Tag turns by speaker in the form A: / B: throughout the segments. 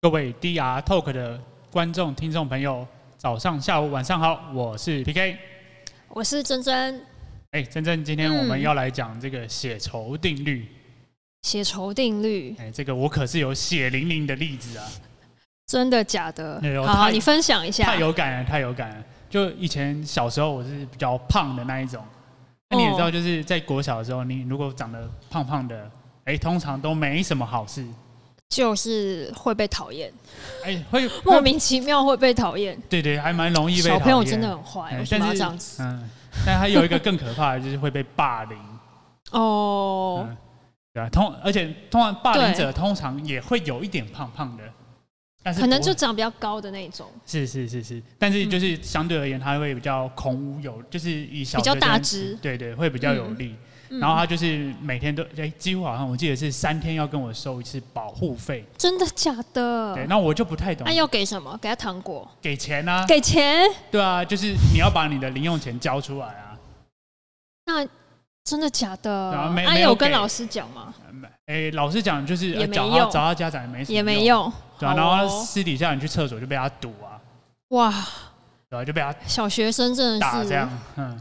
A: 各位 DR Talk 的观众、听众朋友，早上、下午、晚上好，我是 PK。
B: 我是珍珍。
A: 哎，珍珍，今天
B: 嗯
A: 我们要来讲这个血酬定律。
B: 血酬定律
A: 哎、这个我可是有血淋淋的例子啊，
B: 真的假的
A: 哎呦？
B: 好，
A: 太
B: 你分享一下
A: 太。有感了，太有感了。就以前小时候我是比较胖的那一种，那你也知道，
B: 哦
A: 就是在国小的时候，你如果长得胖胖的，哎、通常都没什么好事，
B: 就是会被讨厌，
A: 哎、会
B: 莫名其妙会被讨厌。
A: 对对，还蛮容易被
B: 小
A: 讨
B: 朋友
A: 厌
B: 真的很坏，
A: 哎
B: 为什么要
A: 但
B: 这
A: 是
B: 样子？
A: 嗯，但还有一个更可怕的就是会被霸凌。
B: 哦
A: 嗯，对啊，通而且通常霸凌
B: 对
A: 者通常也会有一点胖胖的，但是
B: 可能
A: 不
B: 就嗯
A: 会
B: 长比较高的那种，
A: 是是是是，但是就是相对而言，他会比较孔武有，就是以小
B: 比较
A: 学
B: 大
A: 生
B: 只
A: 对对，会比较有力。
B: 嗯
A: 然后他就是每天都，哎，几乎好像我记得是三天要跟我收一次保护费。
B: 真的假的
A: 对，？那我就不太懂
B: 那，要给什么？给他糖果？
A: 给钱啊，
B: 哎给钱？
A: 对啊，就是你要把你的零用钱交出来啊。
B: 那真的假的？
A: 然后啊没
B: 那
A: 没有
B: 有跟
A: 给
B: 老师讲吗？
A: 哎，老实讲，就是呃
B: 也没
A: 找他
B: 用
A: 找他家长也没什么
B: 也没，用。
A: 对啊。
B: 好
A: 然后
B: 哦
A: 私底下你去厕所就被他堵啊，
B: 哇，
A: 对啊，就被他
B: 小学生真
A: 打
B: 的
A: 这样
B: 是，
A: 嗯，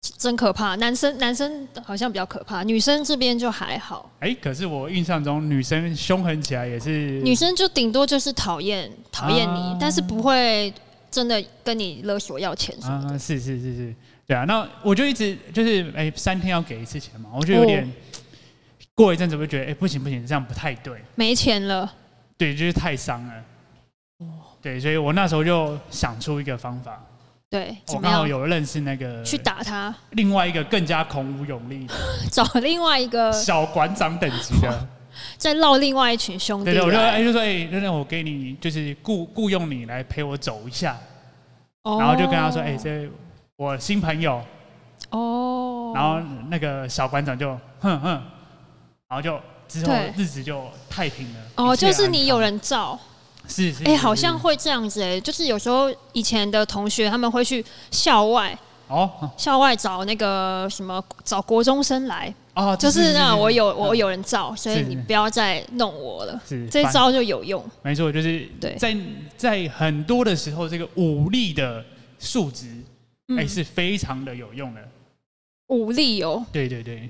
B: 真可怕。男生男生好像比较可怕，女生这边就还好。
A: 哎、可是我印象中女生凶狠起来也是
B: 女生就顶多就是讨厌讨厌你，
A: 嗯啊
B: 但是不会真的跟你勒索要钱什么的。
A: 啊，是是是是，对啊。那我就一直就是哎、三天要给一次钱嘛，我就有
B: 哦
A: 点、过一阵子会觉得哎、不行不行，这样不太对，
B: 没钱了，
A: 对，就是太伤了。
B: 哦
A: 对，所以我那时候就想出一个方法，
B: 对，
A: 我
B: 怎么
A: 哦刚好
B: 样？
A: 有认识那个
B: 去打他，
A: 另外一个更加孔武有力的
B: 找另外一个，
A: 小馆长等级的，
B: 再绕另外一群兄弟
A: 对对，我就
B: 来
A: 哎、就说哎，那、那我给你就是雇雇佣你来陪我走一下，
B: 哦
A: 然后就跟他说哎、这我新朋友，
B: 哦，
A: 然后那个小馆长就哼哼，然后就之后
B: 对
A: 日子就太平了。
B: 哦，
A: 一切
B: 就是
A: 安
B: 你
A: 康
B: 有人罩，
A: 是是
B: 哎、
A: 是
B: 好
A: 是
B: 像会这样子哎、就是有时候以前的同学他们会去校外，
A: 哦
B: 校外找那个什么找国中生来，
A: 哦，
B: 就是那我有我
A: 有
B: 有人罩，所以
A: 是
B: 你不要再弄我了，
A: 嗯是
B: 这
A: 反
B: 招就有用。
A: 没错，就是
B: 对
A: 在在很多的时候，这个武力的数值
B: 嗯
A: 哎是非常的有用的。
B: 武力哦，
A: 对对对，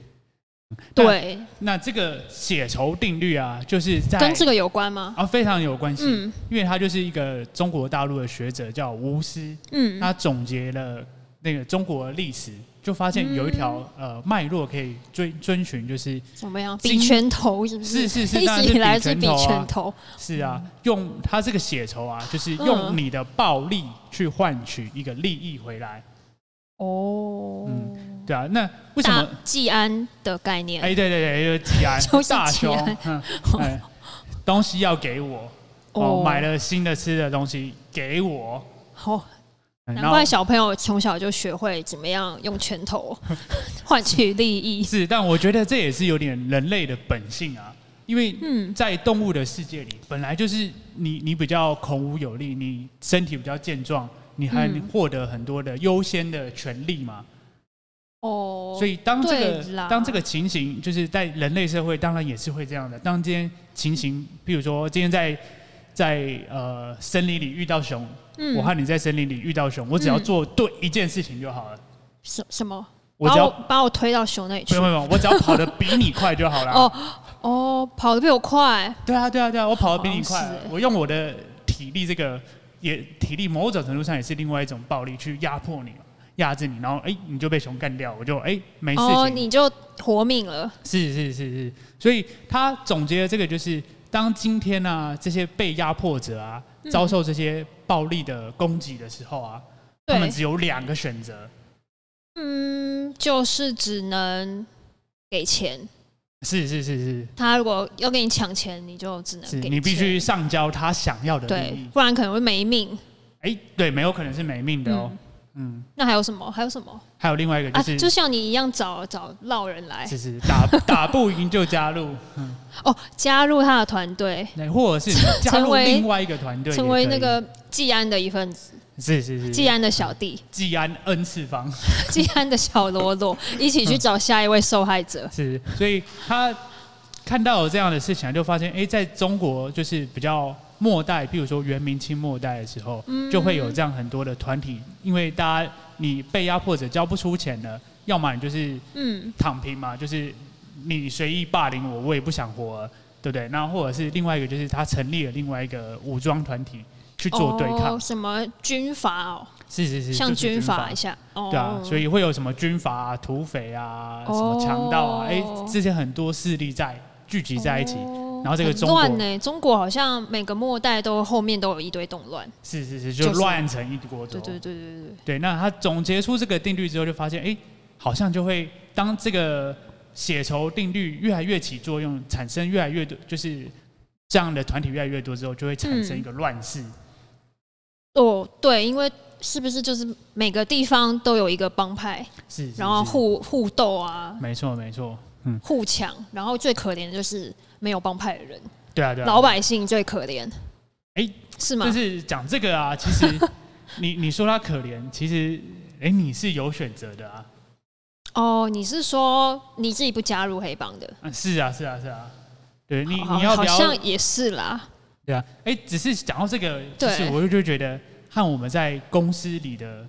A: 那
B: 对，
A: 那这个血酬定律啊，就是在
B: 跟这个有关吗？
A: 啊非常有关系，
B: 嗯
A: 因为他就是一个中国大陆的学者叫吴思，
B: 嗯，
A: 他总结了那个中国的历史，就发现有一条、
B: 嗯
A: 呃脉络可以追遵循，就是
B: 怎么样？
A: 金
B: 比拳头是不
A: 是是是，
B: 嗯一
A: 当然
B: 直以来
A: 是
B: 是
A: 比
B: 比
A: 拳头
B: 拳
A: 啊，
B: 头，
A: 是啊，用他这个血仇啊，就是用
B: 嗯
A: 你的暴力去换取一个利益回来，
B: 哦，
A: 对啊，那嗯为什
B: 大
A: 么？
B: 季安的概念，哦
A: 哎、对对对，就是吉 安
B: 就是吉安
A: 大雄， 嗯，哎，东西要给我哦，买，了新的吃的东西给我，
B: 哦，
A: 嗯
B: 难
A: 然后
B: 怪小朋友从小就学会怎么样用拳 头换取利益，
A: 是，但我觉得这也是有点人类的本性啊，因为
B: 嗯
A: 在动物的世界里，本来就是你你比较孔武有力，你身体比较健壮，你还
B: 嗯
A: 获得很多的优先的权利嘛。
B: 哦，
A: 所以当这个
B: 对啦
A: 当这个情形，就是在人类社会，当然也是会这样的。当今天情形，譬如说今天在在呃森林里遇到熊，
B: 嗯
A: 我和你在森林里遇到熊，我只要
B: 嗯
A: 做对一件事情就好了。
B: 什什么？
A: 我
B: 把
A: 只要
B: 我把我推到熊那里
A: 没
B: 去
A: 有，没有，没有我只要跑得比你快就 好了。
B: 哦哦，跑得比我快，
A: 对啊，对啊，对啊，我跑得比你快
B: 好
A: 啊、
B: 像是欸
A: 我用我的体力，这个也体力某种程度上也是另外一种暴力去压迫你嘛，压制你，然后哎、你就被熊干掉，我就哎、没事情，
B: 哦，你就活命了，
A: 是是是是，所以他总结的这个就是，当今天啊这些被压迫者啊遭受这些暴力的攻击的时候啊，他们
B: 对，
A: 只有两个选择，
B: 嗯，就是只能给钱。
A: 是是是是，
B: 他如果要跟你抢钱，你就只能
A: 是
B: 给
A: 你必
B: 钱
A: 须上交他想要的利
B: 对
A: 益，，
B: 不然可能会没命。
A: 哎、对，没有可能是没命的哦，
B: 嗯
A: 嗯，
B: 那还有什么？还有什么
A: 还有另外一个
B: 啊
A: 就？是。
B: 就像你一样找找老人来
A: 是是，打 打不赢就加入，
B: 哦，加入他的团队，
A: 对，或者是你加入
B: 成为
A: 另外一个团队也可以，
B: 成为那个季安的一份子，
A: 是是是
B: 季安的小弟，
A: 季安 N 次方
B: 季安的小喽啰，一起去
A: 嗯
B: 找下一位受害者。
A: 是，所以他看到有这样的事情啊，就发现哎、诶在中国就是比较末代，譬如说元明清末代的时候，
B: 嗯
A: 就会有这样很多的团体，因为大家你被压迫者交不出钱了，要么你就是
B: 嗯，
A: 躺平嘛，就是你随意霸凌我，我也不想活了，对不对？那或者是另外一个，就是他成立了另外一个武装团体去做对抗，
B: 哦、什么军阀哦，
A: 是是是，
B: 像
A: 就是
B: 军阀
A: 阀
B: 一。下，哦，
A: 对啊，所以会有什么军阀啊、土匪啊、什么强盗啊，哎、
B: 哦
A: 这些很多势力在聚集在一起，
B: 哦
A: 然后这个
B: 很
A: 中国
B: 乱呢，中国好像每个末代都后面都有一堆动乱，
A: 是是是，
B: 就
A: 就是乱成一锅粥。
B: 对对对对对，
A: 对，那他总结出这个定律之后，就发现，哎、好像就会当这个血仇定律越来越起作用，产生越来越多，就是这样的团体越来越多之后，就会产
B: 嗯
A: 生一个乱世。
B: 哦对，因为是不是就是每个地方都有一个帮派，
A: 是是是
B: 然后互互斗啊，
A: 没错没错，
B: 互抢，然后最可怜的就是没有帮派的人，
A: 对啊对啊。
B: 老百姓最可怜。
A: 哎
B: 是吗
A: 就？是讲这个 啊，其实你你说他可怜，其实哎、你是有选择的啊。
B: 哦，你是说你自己不加入黑帮的？
A: 嗯，是啊是啊是啊。对你
B: 好
A: 你要
B: 好
A: 不要？
B: 像也是啦。
A: 对啊，哎、只是讲到这个，就是
B: 对
A: 我就就觉得和我们在公司里的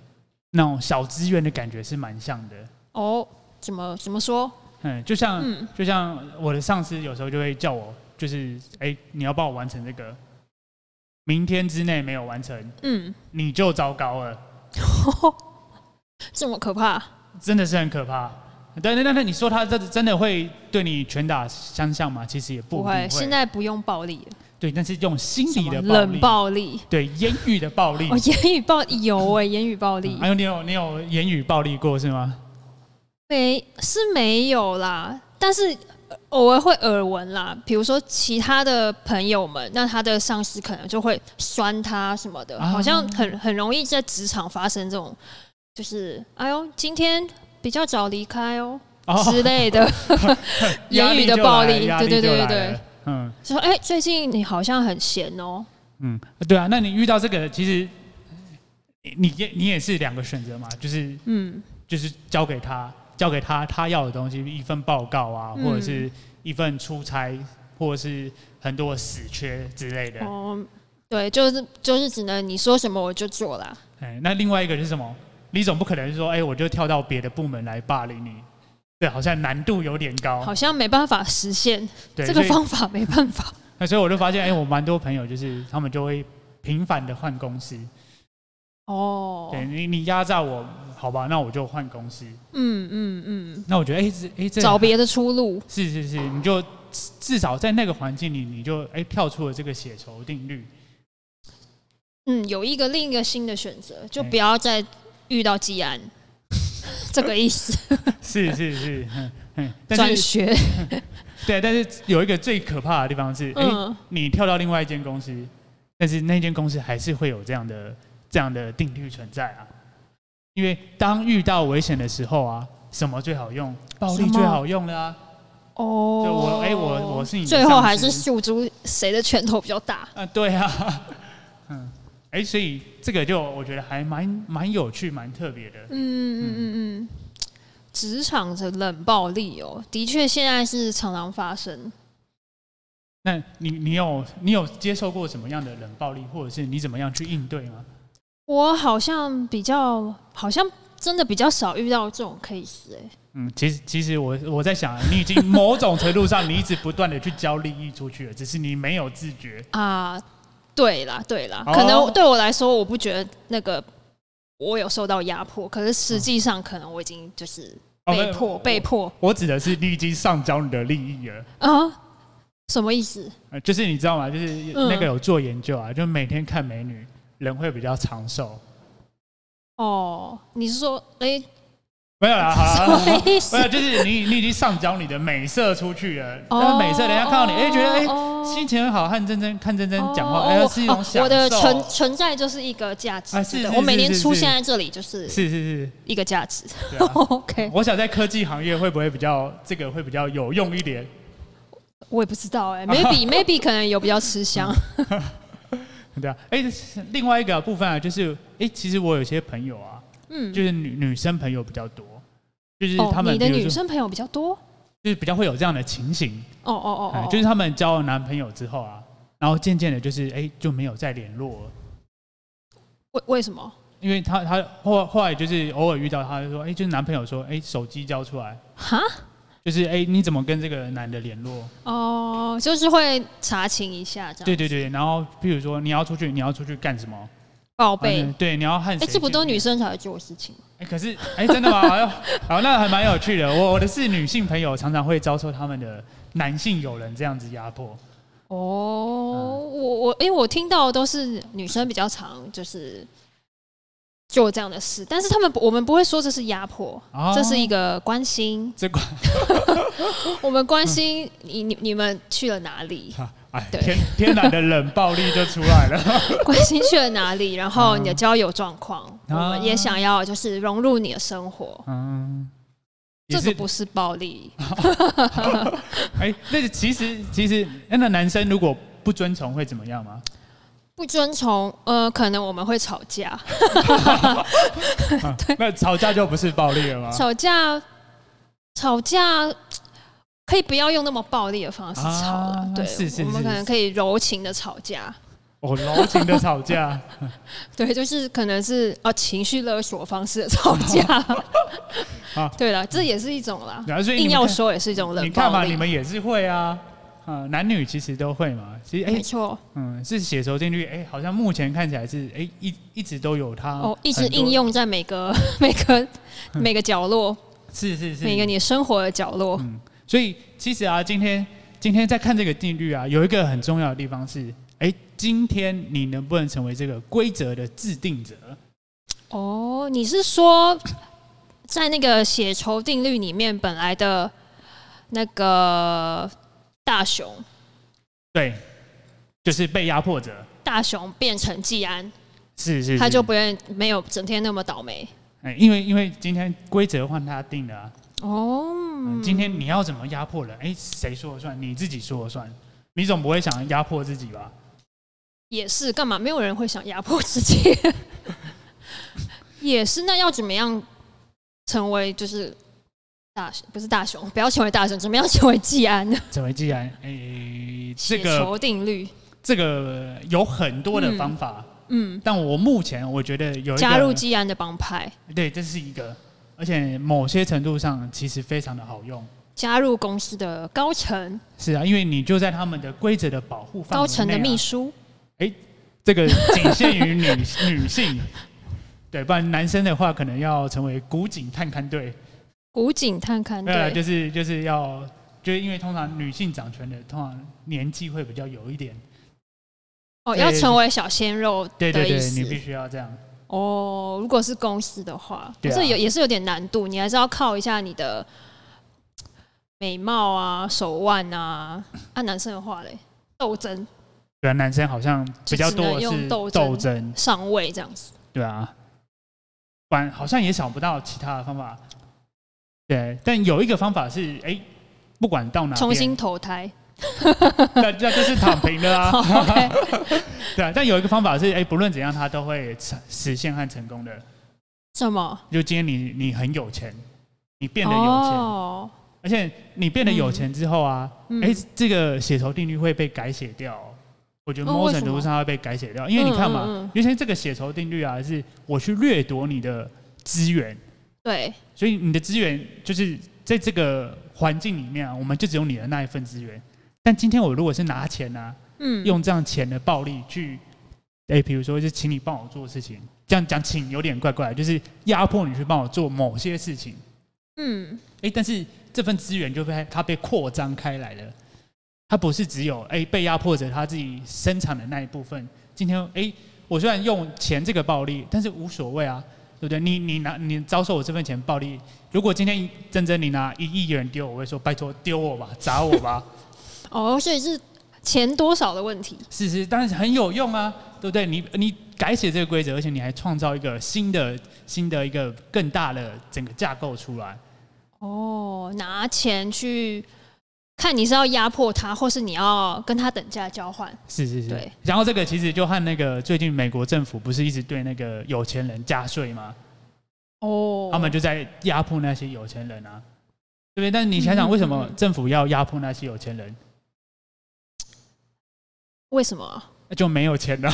A: 那种小资源的感觉是蛮像的。
B: 哦，怎么怎么说？
A: 嗯，就像、
B: 嗯
A: 就像我的上司有时候就会叫我，就是哎、你要帮我完成这个，明天之内没有完成，
B: 嗯，
A: 你就糟糕了，
B: 这么可怕？
A: 真的是很可怕。但但但你说他这真的会对你拳打相向吗？其实也不一定
B: 会，现在不用暴力了，
A: 对，但是用心
B: 什
A: 理
B: 么
A: 的暴力，
B: 冷暴力，
A: 对言语的暴力
B: 哦，。言语暴有 哎、言语暴力
A: 嗯还有你有你有言语暴力过是吗？
B: 没是没有啦，但是呃偶尔会耳闻啦，比如说其他的朋友们，那他的上司可能就会酸他什么的，
A: 啊
B: 好像很很容易在职场发生这种，就是哎呦，今天比较早离开哦。
A: 哦
B: 之类的，
A: 压
B: 言
A: 力
B: 语
A: 就
B: 的
A: 来
B: 暴
A: 了
B: 力，
A: 压
B: 对
A: 力
B: 对
A: 就
B: 对对
A: 来
B: 对
A: 了，嗯
B: 就说哎、最近你好像很闲哦，
A: 嗯，对啊，那你遇到这个，其实你你也你也是两个选择嘛，就是
B: 嗯，
A: 就是交给他，交给他他要的东西，一份报告啊，
B: 嗯
A: 或者是一份出差，或者是很多死缺之类的。
B: 哦，对，就是就是只能你说什么我就做啦，
A: 哎，那另外一个是什么？你总不可能说，哎，我就跳到别的部门来霸凌你，对，好像难度有点高
B: 好。像没办法实现
A: 哦对，
B: 这个
A: 所以
B: 方法，没办 法。
A: 那所以我就发现，哎，我蛮多朋友就是他们就会频繁的换公司，
B: 哦，
A: 对你你压榨我，好吧，那我就换公司。
B: 嗯嗯嗯，
A: 那我觉得，哎、这哎、这
B: 找别的出路，
A: 是是是，你就至至少在那个环境里，你就哎、跳出了这个血仇定律。
B: 嗯，有一个另一个新的选择，就
A: 哎
B: 不要再遇到吉 安，这个意思。
A: 是是是， 嗯嗯， 但
B: 转
A: 是
B: 学，
A: 对，但是有一个最可怕的地方是，哎、
B: 嗯，
A: 你跳到另外一间公司，但是那间公司还是会有这样的这样的定律存在啊。因为当遇到危险的时候啊，什么最好用？暴力
B: 什么
A: 最好用了啊！
B: 哦，
A: 就我哎我我是你的
B: 最后还
A: 上
B: 是
A: 司
B: 诉诸谁的拳头比较大。
A: 啊，对啊， 嗯，哎、所以这个就我觉得还蛮蛮有趣、蛮特别的。
B: 嗯嗯嗯嗯，职场的冷暴力哦，的确现在是常常发生。
A: 那你你有你有接受过什么样的冷暴力，或者是你怎么样去应对吗？
B: 我好像比较，好像真的比较少遇到这种 case 哎、
A: 嗯，其实其实我我在想，啊你已经某种程度上，你一直不断的去交利益出去了，只是你没有自觉。
B: 啊，对啦，对啦，
A: 哦
B: 可能对我来说，我不觉得那个我有受到压迫，可是实际上可能我已经就是 被迫、
A: 哦我
B: 被迫
A: 我指的是你已经上交你的利益了，
B: 啊，什么意思？
A: 呃就是你知道吗？就是
B: 嗯
A: 那个有做研究啊，就每天看美女，人会比较长寿。
B: 哦，你是说哎、
A: 没有啦，好啦
B: 什
A: 好啦，
B: 么意思
A: 啊没？有，就是你你已经上交你的美色出去了，
B: 哦
A: 但美色人家看到你，哎、觉得哎、
B: 哦
A: 心情很好，和真真看真真讲话，
B: 哦
A: 哎、
B: 我
A: 是一种享受。
B: 我的存存在就是一个价值，
A: 啊是
B: 对
A: 是
B: 我每
A: 是
B: 天
A: 是
B: 出
A: 是
B: 现在这里就是
A: 是是
B: 一个价值。
A: 是，对啊。
B: OK，
A: 我想在科技行业会不会比较这个会比较有用一点？
B: 我也不知道 哎、m a y b e maybe 可能有比较吃香。
A: 对啊，哎、另外一个部分啊，就是哎、其实我有些朋友啊，
B: 嗯，
A: 就是女女生朋友比较多， 就是
B: 哦
A: 他，们
B: 你的
A: 比如说
B: 女生朋友比较多。
A: 就是比较会有这样的情形，
B: 哦哦哦
A: 哎
B: 哦，
A: 就是他们交了男朋友之后啊，然后渐渐的，就是哎、就没有再联络了，
B: 为为什么？
A: 因为她她后后来就是偶尔遇到她，就说哎、就是男朋友说哎、手机交出来，
B: 哈？
A: 就是哎、你怎么跟这个男的联络？
B: 哦，就是会查情一下这样，
A: 对对对，然后譬如说你要出去，你要出去干什么？嗯
B: 报备。
A: 对对，你要和
B: 哎、
A: 谁？
B: 这不都女？生才会做的事情吗？
A: 哎、可是哎、真的吗？好像好，那还蛮有趣的。我我的是女性朋友常常会遭受他们的男性友人这样子压迫。
B: 哦，
A: 嗯
B: 我我因为我听到的都是女生比较常就是做这样的事，但是他们不我们不会说这是压迫，
A: 哦
B: 这是一个关心，
A: 这关
B: 我们 关心你你你们去了哪里，
A: 哎，
B: 对
A: 天天然的冷暴力就出来 了。
B: 关心去了哪里，然后你的交友状况，我
A: 啊
B: 们也想要就是融入你的生活，
A: 嗯，也
B: 这
A: 是
B: 个不是暴力，
A: 哎、那其实其实哎那男生如果不遵从会怎么样 吗？
B: 不遵从，呃，可能我们会吵架，
A: 那吵架就不是暴力了吗？
B: 吵架，吵架可以不要用那么暴力的方式
A: 啊
B: 吵了，对，
A: 是是
B: 我们
A: 是
B: 可能
A: 是
B: 可以柔情的吵架，
A: 哦，柔情的吵 架，
B: 对，就是可能是啊情绪勒索方式的吵架
A: 啊，
B: 对了，这也是一种啦，
A: 然后所以你
B: 硬
A: 们
B: 要
A: 看
B: 说也是一种冷
A: 你看
B: 暴
A: 嘛，
B: 力，
A: 你们也是会啊，啊，男女其实都会嘛。其实哎、
B: 没错，
A: 嗯，是血球定律，哎、好像目前看起来是哎、一一直都有它
B: 哦，一
A: 啊
B: 直
A: 很多嗯
B: 应，用在每个 每个每个角落，
A: 是是是，
B: 每个你生活的角落，
A: 嗯，所以其实啊，今天今天在看这个定律啊，有一个很重要的地方是，哎、今天你能不能成为这个规则的制定者？
B: 哦，你是说在那个血球定律里面本来的那个大熊，
A: 对，就是被压迫者，
B: 大熊变成季安，
A: 是是
B: 他就是不愿没有整天那么倒霉。
A: 哎、因为因为今天规则换他定的啊，
B: 哦，
A: 嗯，今天你要怎么压迫人？哎、谁说了算？你自己说了算，你总不会想压迫自己吧？
B: 也是干嘛？没有人会想压迫自己。 也是，那要怎么样成为就是大熊？不是大熊，不要成为大熊，怎么样成为季安呢？
A: 怎么既然诶、这
B: 血
A: 个
B: 球定律，
A: 这个有很多的方法，
B: 嗯，
A: 但我目前我觉得有一个
B: 加入季安的帮派，
A: 对，这是一个，而且某些程度上其实非常的好用。
B: 加入公司的高层，
A: 是啊，因为你就在他们的规则的保护范围内、啊。
B: 高层的秘书。
A: 这个仅限于女 女性，对，不然男生的话可能要成为古井探勘队，
B: 古井探勘
A: 呃，就
B: 队，
A: 是就是要，就是因为通常女性掌权的，通常年纪会比较有一点，
B: 哦，
A: 对
B: 要成为小鲜肉
A: 对
B: 的
A: 对
B: 意
A: 对，你必
B: 思
A: 须要这样。
B: 哦。如果是公司的话，可
A: 对啊
B: 是有也是有点难度，你还是要靠一下你的美貌啊、手腕啊。按男生的话嘞，斗争
A: 对啊，男生好像比较多的
B: 就只能
A: 是
B: 用斗争
A: 斗争，
B: 上位这样子。
A: 对啊，不然好像也想不到其他的方法。对，但有一个方法是，哎、不管到哪边
B: 重新投胎。
A: 那那就是躺平的 啦。
B: OK，
A: 对啊，但有一个方法是，哎、不论怎样，他都会成实现和成功的。
B: 什么？
A: 就今天你你很有钱，你变得有钱，
B: 哦，
A: 而且你变得有钱之后啊，哎、
B: 嗯
A: 这个血酬定律会被改写掉哦、我觉得
B: 哦
A: 某
B: 为
A: 种
B: 什
A: 程度
B: 么
A: 上会被改写掉，因为你看嘛，
B: 嗯嗯嗯
A: 原先这个血酬定律啊，是我去掠夺你的资源，
B: 对，
A: 所以你的资源就是在这个环境里面啊，我们就只有你的那一份资源。但今天我如果是拿钱啊，
B: 嗯，
A: 用这样钱的暴力去，哎、比如说是请你帮我做事情，这样讲请有点怪怪，就是压迫你去帮我做某些事情，
B: 嗯，
A: 哎、但是这份资源就被它被扩张开来了，它不是只有哎、被压迫者他自己生产的那一部分。今天哎、我虽然用钱这个暴力，但是无所谓啊，对不对？你你拿你遭受我这份钱暴力，如果今天真真你拿一亿元丢我，我会说拜托丢我吧，砸我吧。
B: 哦，所以是钱多少的问题。
A: 是是，当然是很有用啊，对不对？你你改写这个规则，而且你还创造一个新的新的一个更大的整个架构出来。
B: 哦，拿钱去看你是要压迫他，或是你要跟他等价交换。
A: 是是是
B: 对。
A: 然后这个其实就和那个最近美国政府不是一直对那个有钱人加税吗？
B: 哦
A: 他们就在压迫那些有钱人啊，对不对？但是你想想，
B: 嗯
A: 为什么
B: 嗯嗯
A: 政府要压迫那些有钱人？
B: 为什么啊？
A: 那就没有钱 了。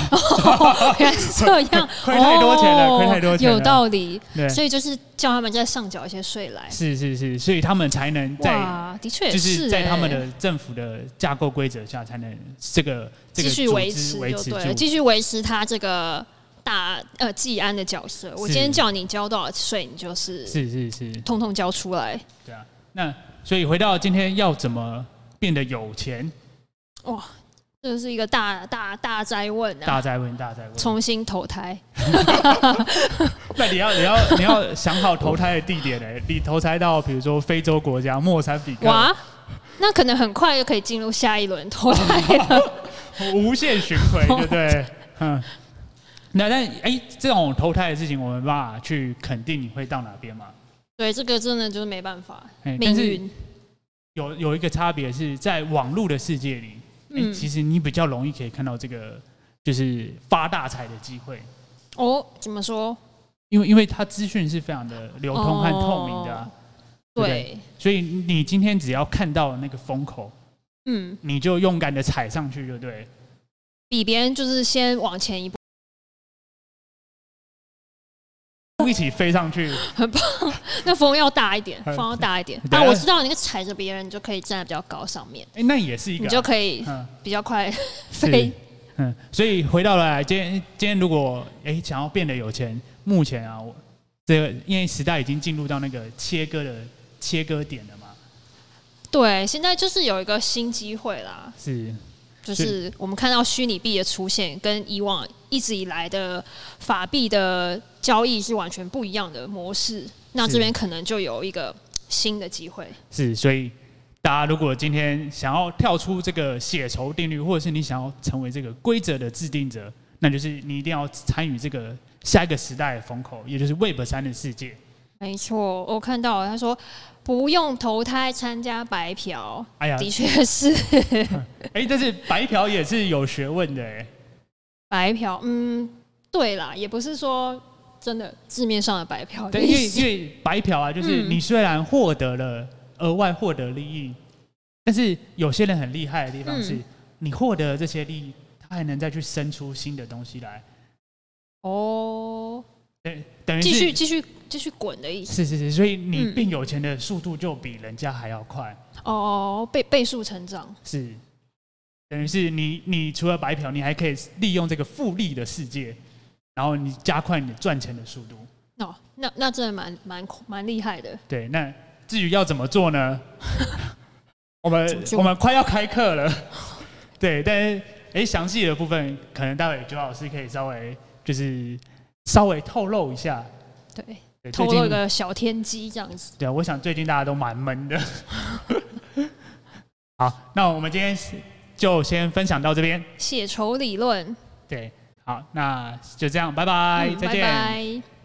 B: 原来是这样，
A: 亏太多钱了
B: 哦
A: 亏太多钱了
B: 有道理。
A: 对，
B: 所以就是叫他们再上缴一些税来。
A: 是是是，所以他们才能在
B: 哇，的确也
A: 就是在
B: 欸
A: 他们的政府的架构规则下，才能这个这
B: 继
A: 个
B: 续
A: 组
B: 维
A: 织
B: 持
A: 维
B: 就
A: 持
B: 对了，
A: 住。
B: 继续维持他这个大呃季安的角色。我
A: 是
B: 今天叫你交多少税，你就是
A: 是是是，
B: 通通交出来。
A: 对啊。那所以回到今天要怎么变得有钱？
B: 哇，这是一个大大大灾问啊！
A: 大在问，大在问。
B: 重新投胎，
A: 那你要你要你要想好投胎的地点呢、 你投胎到比如说非洲国家莫桑比克，
B: 哇，那可能很快就可以进入下一轮投胎了。
A: 无限循 环，对不对？嗯。那但哎、这种投胎的事情，我们没办法去肯定你会到哪边嘛。
B: 对，这个真的就是没办法，
A: 哎但
B: 命
A: 是
B: 运。
A: 有有一个差别是在网络的世界里，哎
B: 嗯
A: 其实你比较容易可以看到这个就是发大财的机会，
B: 哦，怎么说？
A: 因为因为它资讯是非常的流通和透明的、
B: 哦
A: 啊，对不对
B: 对，
A: 所以你今天只要看到那个风口，
B: 嗯，
A: 你就勇敢的踩上去，就对了。
B: 比别人就是先往前一步，
A: 一起飞上 去，
B: 很棒。那风要大 一点，
A: 嗯
B: 风要大一点。
A: 对
B: 啊，
A: 啊
B: 我知道你那个踩着别人，你就可以站在比较高上面，
A: 哎、那也是一个、
B: 你
A: 啊，
B: 就可以
A: 嗯，
B: 比较快
A: 是
B: 飞。
A: 嗯，所以回到了今天，今天如果哎、想要变得有钱，目前啊，我这个因为时代已经进入到那个切割的切割点了嘛，
B: 对，现在就是有一个新机会啦，
A: 是
B: 就是我们看到虚拟币的出现，跟以往一直以来的法币的交易是完全不一样的模式。那
A: 是
B: 这边可能就有一个新的机会。
A: 是，所以大家如果今天想要跳出这个血酬定律，或者是你想要成为这个规则的制定者，那就是你一定要参与这个下一个时代的风口，也就是 Web 三的世界。
B: 没错，我看到了他说不用投胎参加白嫖，
A: 哎呀，
B: 的确是
A: 哎、但是白嫖也是有学问的哎、
B: 白嫖。嗯，对啦，也不是说真的字面上的白嫖，
A: 对，
B: 也
A: 因为
B: 是
A: 因为白嫖啊，就是
B: 哦嗯
A: 你虽然获得了额外获得利益，但是有些人很厉害的地方是，
B: 嗯
A: 你获得了这些利益，他还能再去生出新的东西来，
B: 哦，
A: 等等于
B: 继续
A: 是
B: 继续继续滚的意
A: 是
B: 思。
A: 是是，所以你
B: 嗯
A: 变有钱的速度就比人家还要快，
B: 哦，倍倍数成长。
A: 是。等于是你，你除了白嫖，你还可以利用这个复利的世界，然后你加快你赚钱的速度。
B: 哦，那那真的蛮蛮蛮厉害的。
A: 对，那至于要怎么做呢？我
B: 怎么
A: 们
B: 做
A: 我们快要开课了， 对，但是哎，详细的部分可能待会九老师可以稍微就是稍微透露一下。
B: 对，
A: 对，最
B: 透露一
A: 近
B: 个小天机这样子。
A: 对，我想最近大家都蛮闷的。 好，那我们今天就先分享到这边。
B: 血仇理论，
A: 对，好，那就这样，拜拜，
B: 嗯
A: 再
B: 拜
A: 见。
B: 拜。